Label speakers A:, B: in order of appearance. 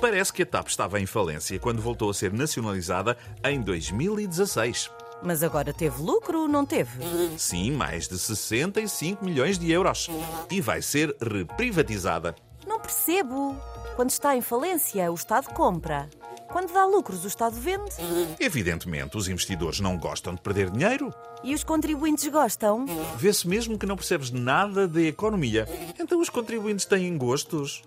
A: Parece que a TAP estava em falência quando voltou a ser nacionalizada em 2016.
B: Mas agora teve lucro, não teve?
A: Sim, mais de 65 milhões de euros. E vai ser reprivatizada.
B: Não percebo. Quando está em falência, o Estado compra. Quando dá lucros, o Estado vende.
A: Evidentemente, os investidores não gostam de perder dinheiro.
B: E os contribuintes gostam?
A: Vê-se mesmo que não percebes nada de economia. Então os contribuintes têm gostos.